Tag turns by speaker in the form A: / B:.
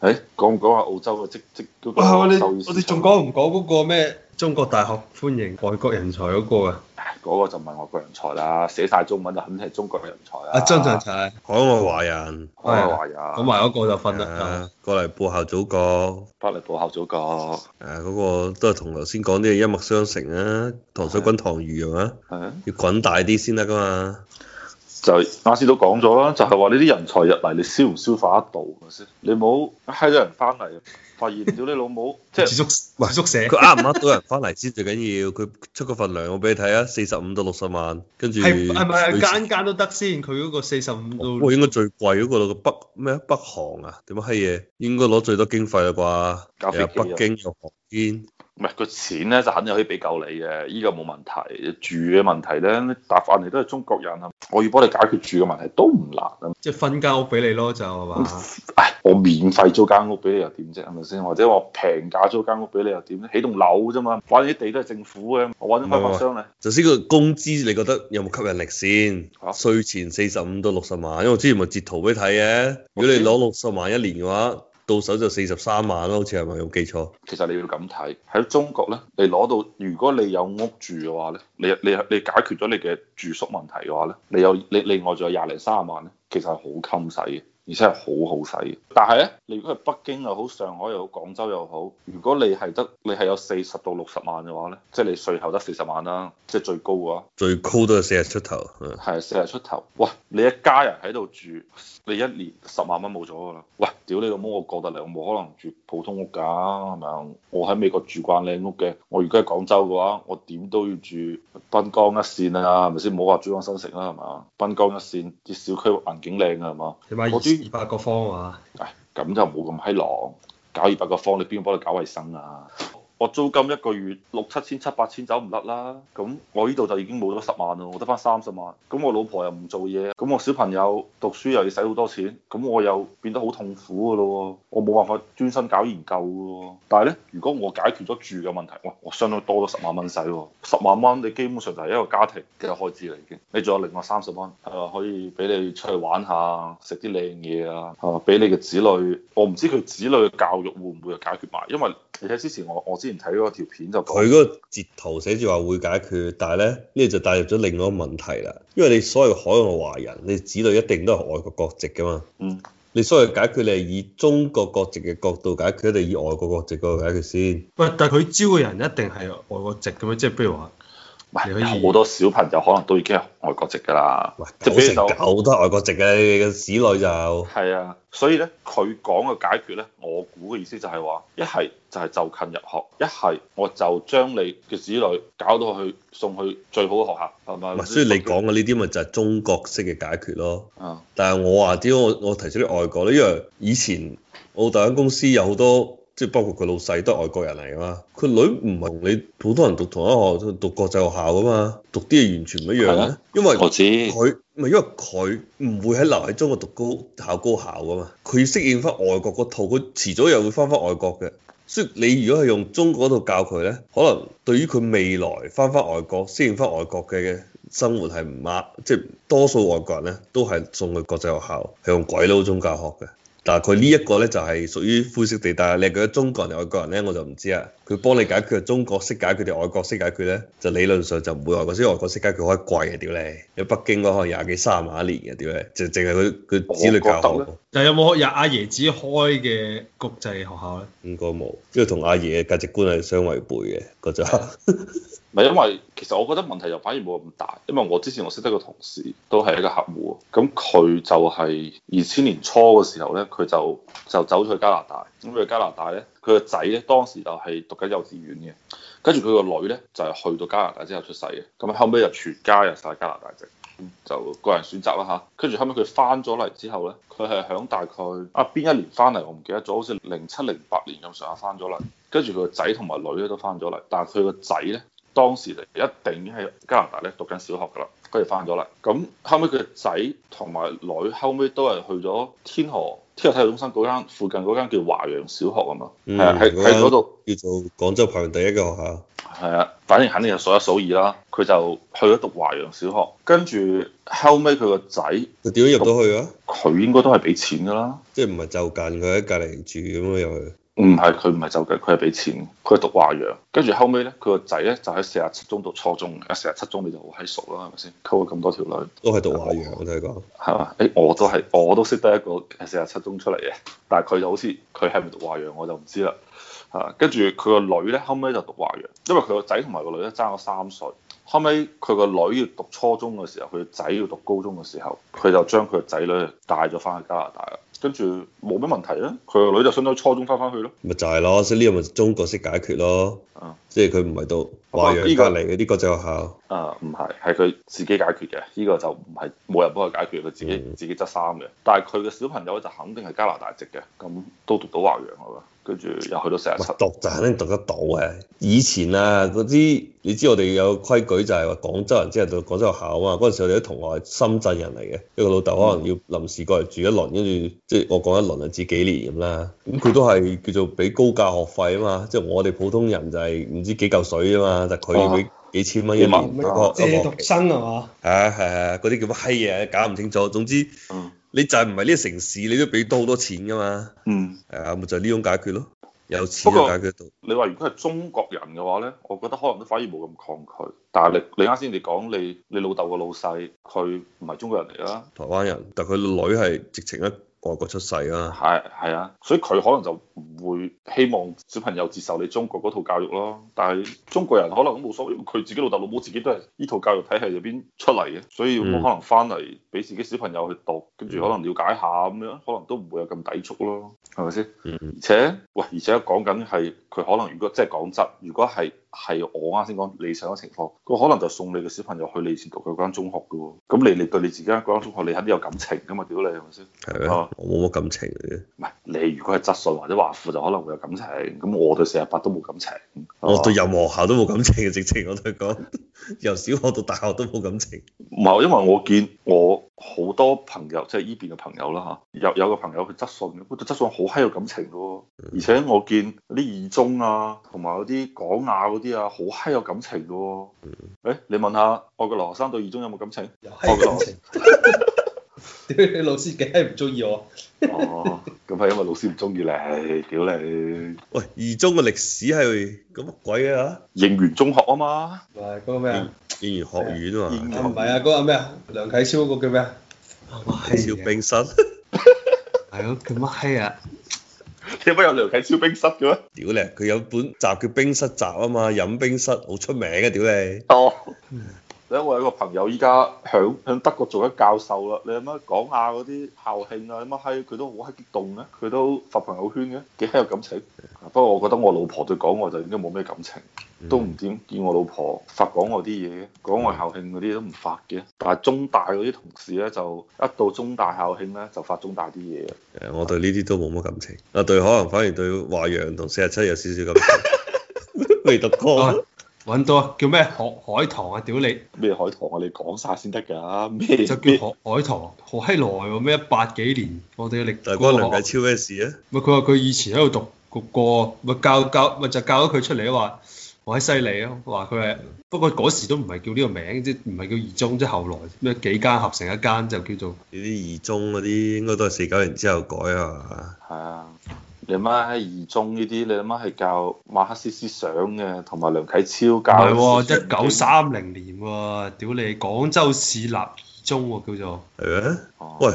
A: 誒講唔講下澳洲嘅即即嗰個
B: 哇！哦我哋
A: 獸醫市
B: 我哋仲
A: 場
B: 講唔講嗰個咩中國大學歡迎外國人才嗰個啊？
A: 嗰個就唔係外國人才啦，寫晒中文就啊肯定係中國人才啦。啊哦哎
B: 阿啊張振齊，
C: 海外華人，
A: 我
B: 啊
A: 係華人，
B: 講埋嗰個就
A: 嗯
B: 瞓啦。
C: 啊，過嚟報效祖國，
A: 巴黎報效祖國，
C: 誒、啊嗰、個都係同頭先講啲嘢一脈相承啊，糖水滾糖魚係嘛，
A: 係啊
C: 要滾大啲先得噶嘛，
A: 就啱先都講咗啦，就係話呢啲人才入嚟，你消唔消化得到係咪先？你冇閪咗人翻嚟，發現屌你老母，即
B: 住
A: 係
B: 宿喂宿舍
C: 佢呃唔呃到人翻嚟先最緊要，佢出個份糧我俾你睇啊，四十五到六十萬，跟住
B: 係係
A: 啊
B: 咪啊
C: 佢
B: 間間都得先？佢嗰個四十五
C: 我應該最貴嗰個咯，北咩北韓啊，點乜閪嘢？應該攞最多經費啦
A: 搞
C: 啩？
A: 飛
C: 有
A: 機啊
C: 北京有航天，
A: 唔係個錢咧就肯定可以俾夠你嘅，依個冇問題。住嘅問題咧，你答翻嚟都係中國人啊，我要幫你解決住嘅問題都唔難啊。
B: 即係分間屋俾你咯，就係嘛？
A: 唉，我免費租間屋俾你又點啫，係咪先？或者我平價租間屋俾你又點咧？起棟樓啫嘛，反正啲地都係政府嘅，我揾啲開發商咧。
C: 首先個工資你覺得有冇吸引力先
A: 嚇？
C: 稅前四十五到六十萬，因為我之前咪截圖俾你睇嘅。如果你攞六十萬一年嘅話，到手就四十三萬咯，好似係咪？有冇記錯？
A: 其實你要咁睇，喺中國咧，你攞到如果你有屋住嘅話咧，你你你解決咗你嘅住宿問題嘅話咧，你有你另外仲有廿零三十萬咧，其實係好襟使嘅，而且係好好使嘅。但係咧，你如果係北京又好、上海又好、廣州又好，如果你係得你係有四十到六十萬嘅話咧，即係你税後得四十萬啦，即係最高嘅話，
C: 最高都係四十出頭。嗯
A: 係啊四十出頭。喂，你一家人喺度住，你一年十萬蚊冇咗㗎啦。喂，屌你老母，我過得嚟，我冇可能住普通屋㗎，係咪啊？我喺美國住慣靚屋嘅，我如果喺廣州嘅話，我點都要住濱江一線啊，係咪先？唔好話珠江新城啦，係嘛？濱江一線啲小區環境靚啊，係嘛？
B: 起碼
A: 我
B: 二
A: 啲
B: 二百個方啊嘛。
A: 唉，咁就冇咁閪狼，搞二百個方，你邊個幫你搞衞生啊？我租金一個月六七千、七八千走唔甩啦，咁我呢度就已經冇咗十萬咯，我得翻三十萬。咁我老婆又唔做嘢，咁我小朋友讀書又要使好多錢，咁我又變得好痛苦噶咯喎，我冇辦法專心搞研究噶喎。但係呢，如果我解決咗住嘅問題，哇，我相當多咗十萬蚊使喎，十萬蚊你基本上就係一個家庭嘅開支嚟嘅，你仲有另外三十蚊係嘛，可以俾你出去玩下，食啲靚嘢啊，係嘛，俾你嘅子女，我唔知佢子女嘅教育會唔會係解決埋，因為你睇之前我我之前睇嗰條片就
C: 佢
A: 講，
C: 嗰個截圖寫住話會解決，但係咧呢就帶入咗另外一個問題啦。因為你所謂海外華人，你子女一定都係外國國籍噶嘛。
A: 嗯，
C: 你所謂解決，你係以中國國籍嘅角度解決，定係以外國國籍角度解決先？
B: 喂，但係佢招嘅人一定係外國籍咁樣，即係譬如話你可以
A: 喂好多小朋友可能都已經係外國籍㗎啦，
C: 喂，
A: 即
C: 九
A: 係比
C: 成
A: 如就
C: 九都係外國籍嘅，你嘅子女就
A: 係啊，所以咧佢講嘅解決咧，我估嘅意思就係話，一係就係就近入學，一係我就將你嘅子女搞到去送去最好嘅學校，係咪？
C: 唔係，所以你講嘅呢啲咪就係中國式嘅解決咯。
A: 啊，
C: 但係我話點解我我提出啲外國咧，因為以前我大間公司有好多，即係包括佢老細都係外國人嚟噶嘛，佢女唔係同你普通人讀同一學讀國際學校噶嘛，讀啲嘢完全唔一樣
A: 係
C: 嘅
A: 啊，
C: 因為
A: 我知
C: 佢唔係因為佢唔會喺留喺中國讀高考高校噶嘛，佢要適應翻外國嗰套，佢遲早又會翻翻外國嘅。所以你如果係用中國嗰度教佢咧，可能對於佢未來翻翻外國適應翻外國嘅生活係唔啱，即係多數外國人咧都係送去國際學校，係用鬼佬宗教學嘅。但係佢呢一個咧就係屬於灰色地帶，你係覺得中國人定外國人咧，我就唔知啊。佢幫你解決係中國式解決定外國式解決咧，就理論上就唔會外國式，因為外國式解決可以貴嘅屌你，有北京嗰可能廿幾三十萬一年嘅屌你，就淨係佢佢子女教
A: 我覺得
C: 學
A: 咧
B: 但係有冇有阿爺子開嘅國際學校咧？
C: 應該冇，因為同阿爺嘅價值觀係相違背嘅嗰就。
A: 唔係因為其實我覺得問題又反而冇咁大，因為我之前我識得個同事都係一個客戶，咁佢就係二千年初嘅時候咧，佢就就走咗去加拿大，咁佢去加拿大咧，佢個仔咧當時就係讀緊幼稚園嘅，跟住佢個女咧就係、去到加拿大之後出世嘅，咁後尾就全家入晒加拿大籍。就個人選擇啦嚇。跟住後尾佢翻咗嚟之後咧，佢係響大概啊邊一年翻嚟我唔記得咗，好似零七零八年咁上下翻咗嚟。跟住佢個仔同埋女咧都翻咗嚟，但係佢個仔咧當時嚟一定已經喺加拿大咧讀緊小學㗎啦。跟住翻咗嚟，咁後尾佢個仔同埋女後尾都係去咗天河天河體育中心嗰間附近嗰間叫華陽小學啊嘛，係
C: 嗯
A: 啊喺喺嗰度。
C: 叫做廣州排名第一嘅學校，
A: 係係啊，反正肯定係數一數二啦。佢就去咗讀華陽小學，跟住後尾佢個仔，
C: 佢點樣入到去啊？
A: 佢應該都係俾錢㗎啦。
C: 即係唔係就近佢喺隔離住咁樣入去？
A: 唔係佢唔係就近，佢係俾錢，佢係讀華陽。跟住後尾咧，佢個仔咧就喺四十七中讀初中，而四十七中你就好閪熟啦，係咪先？溝咗咁多條女，
C: 都係讀華陽，我同你講。
A: 係嘛？誒，我都係，我都識得一個四十七中出嚟嘅，但係佢就好似佢係咪讀華陽我就唔知啦。啊，跟住佢個女咧，後尾就讀華陽，因為佢個仔同埋個女咧爭咗三歲。後尾佢個女要讀初中嘅時候，佢個仔要讀高中嘅時候，佢就將佢個仔女帶咗翻去加拿大啦。跟住冇乜問題啦，佢個女就相當於初中翻翻去咯。
C: 咪就係咯，所以呢個咪中國式解決咯。
A: 啊
C: 即係佢唔係到
A: 哦呢個
C: 華陽隔離嗰啲國際學校。
A: 啊，唔係，係佢自己解決嘅，呢、個就唔係冇人幫佢解決，佢自己、
C: 嗯
A: 自己執衫嘅。但係佢嘅小朋友就肯定係加拿大籍嘅，咁都讀到華陽啦。跟住又去到四十
C: 喂
A: 七，
C: 讀就肯定讀得到嘅。以前啊，嗰啲你知我哋有規矩就係話廣州人只係讀廣州學校啊嘛。嗰陣時我哋啲同學係深圳人嚟嘅，因為佢老豆可能要臨時過嚟住一輪，跟住即係我講一輪啊，至幾年咁啦。咁佢都係叫做俾高價學費啊嘛，即係我哋普通人就係唔知幾嚿水啊嘛，但係佢要俾幾千蚊一
A: 哦幾萬唔
C: 年
A: 係
C: 一個一個
D: 哦借
C: 學
D: 讀
C: 期。
D: 生係嘛？
C: 啊，係啊，嗰啲叫乜閪嘢，搞唔清楚。總之
A: 嗯
C: 你就係唔係呢個城市，你都俾多好多錢噶嘛。
A: 嗯。
C: 係啊，咪就係呢種解決咯，有錢
A: 不
C: 就
A: 過
C: 解決到。
A: 你話如果係中國人嘅話咧，我覺得可能都反而冇咁抗拒。但係你你啱先你講你你老豆個老細，佢唔係中國人嚟啦，
C: 台灣人，但佢女係直情喺外國出世啊，
A: 係係啊，所以佢可能就唔會希望小朋友接受你中國嗰套教育咯。但係中國人可能都冇所謂，因為佢自己老豆老母自己都係呢套教育體系入邊出嚟嘅，所以冇
C: 嗯
A: 可能翻嚟俾自己小朋友去讀，跟住可能了解下咁樣，可能都唔會有咁抵觸咯，係咪先？
C: 嗯，
A: 而且喂，而且講緊係佢可能如果即係講真，如果係係我啱先講理想嘅情況，佢可能就送你嘅小朋友去你以前讀嘅嗰間中學嘅喎。咁你你對你自己間嗰間中學，你肯定有感情噶嘛？屌你係咪先？
C: 係咩？
A: 啊
C: 我冇乜感情嘅，
A: 唔係你如果係質素或者華附就可能會有感情，咁我對四十八都冇感情。
C: 我嗯對
A: 係嘛
C: 任何學校都冇感情嘅，直情我同佢講， 由小學到大學都冇感情。
A: 唔係因為我見我好多朋友即係呢邊嘅朋友啦嚇，有有個朋友佢質素，佢對質素好閪有感情嘅喎。而且我見啲二中啊，同埋嗰啲港亞嗰啲啊，好閪有感情嘅喎。誒，你問下外國留學生對二中有冇感情？
D: 又係感 情。屌你老師幾係唔中意我？
A: 哦，咁係因為老師唔中意你，屌你！
C: 喂，二中嘅歷史係咁乜鬼啊？
A: 應元中學啊嘛，
D: 唔係嗰個咩啊？
C: 應元學院啊
A: 應
C: 嘛，
D: 啊唔係啊，嗰個咩啊？梁啟超嗰個叫咩啊？
C: 小
B: 係
C: 冰室，
B: 咯，佢乜閪啊？
A: 點解有梁啟超冰室嘅咩？
C: 屌你，佢有本集叫冰室集啊嘛，飲冰室好出名嘅，屌你，
A: 哦，你我有個朋友依家響響德國做緊教授啦，你阿媽講下嗰啲校慶啊，乜閪佢都好閪激動嘅，佢都發朋友圈嘅，幾閪有感情。不過我覺得我老婆對港外就應該冇咩感情，
B: 嗯
A: 都唔點見我老婆發港外啲嘢嘅，港外校慶嗰啲都唔發嘅。但係中大嗰啲同事咧，就一到中大校慶咧就發中大啲嘢。
C: 嗯誒，我對呢啲都冇乜感情，啊對，可能反而對華陽同四十七有少少感 情， 未讀過。
A: 哦
B: 揾到啊，叫咩學海棠啊？屌你，
A: 咩海棠啊？你講晒先得㗎，咩
B: 就叫
A: 咩
B: 學海棠，好閪耐喎，咩八幾年我哋嘅歷
C: 但係關梁
B: 嗰個
C: 啟超咩事啊？
B: 咪佢話佢以前喺度讀過，咪教教咪就教咗佢出嚟話我喺犀利啊，話佢係不過嗰時都唔係叫呢個名，即係唔係叫二中，即係後來咩幾間合成一間就叫做
C: 呢啲二中嗰啲應該都係四九年之後改啊
A: 係啊，你阿媽喺二中呢啲，你阿媽係教馬克思思想嘅，同埋梁啟超
B: 唔係
A: 教。
B: 喎一九。三零年喎，屌你廣州市立二中喎叫做
C: 嘛，係咩？啊
A: 哦
C: 喂，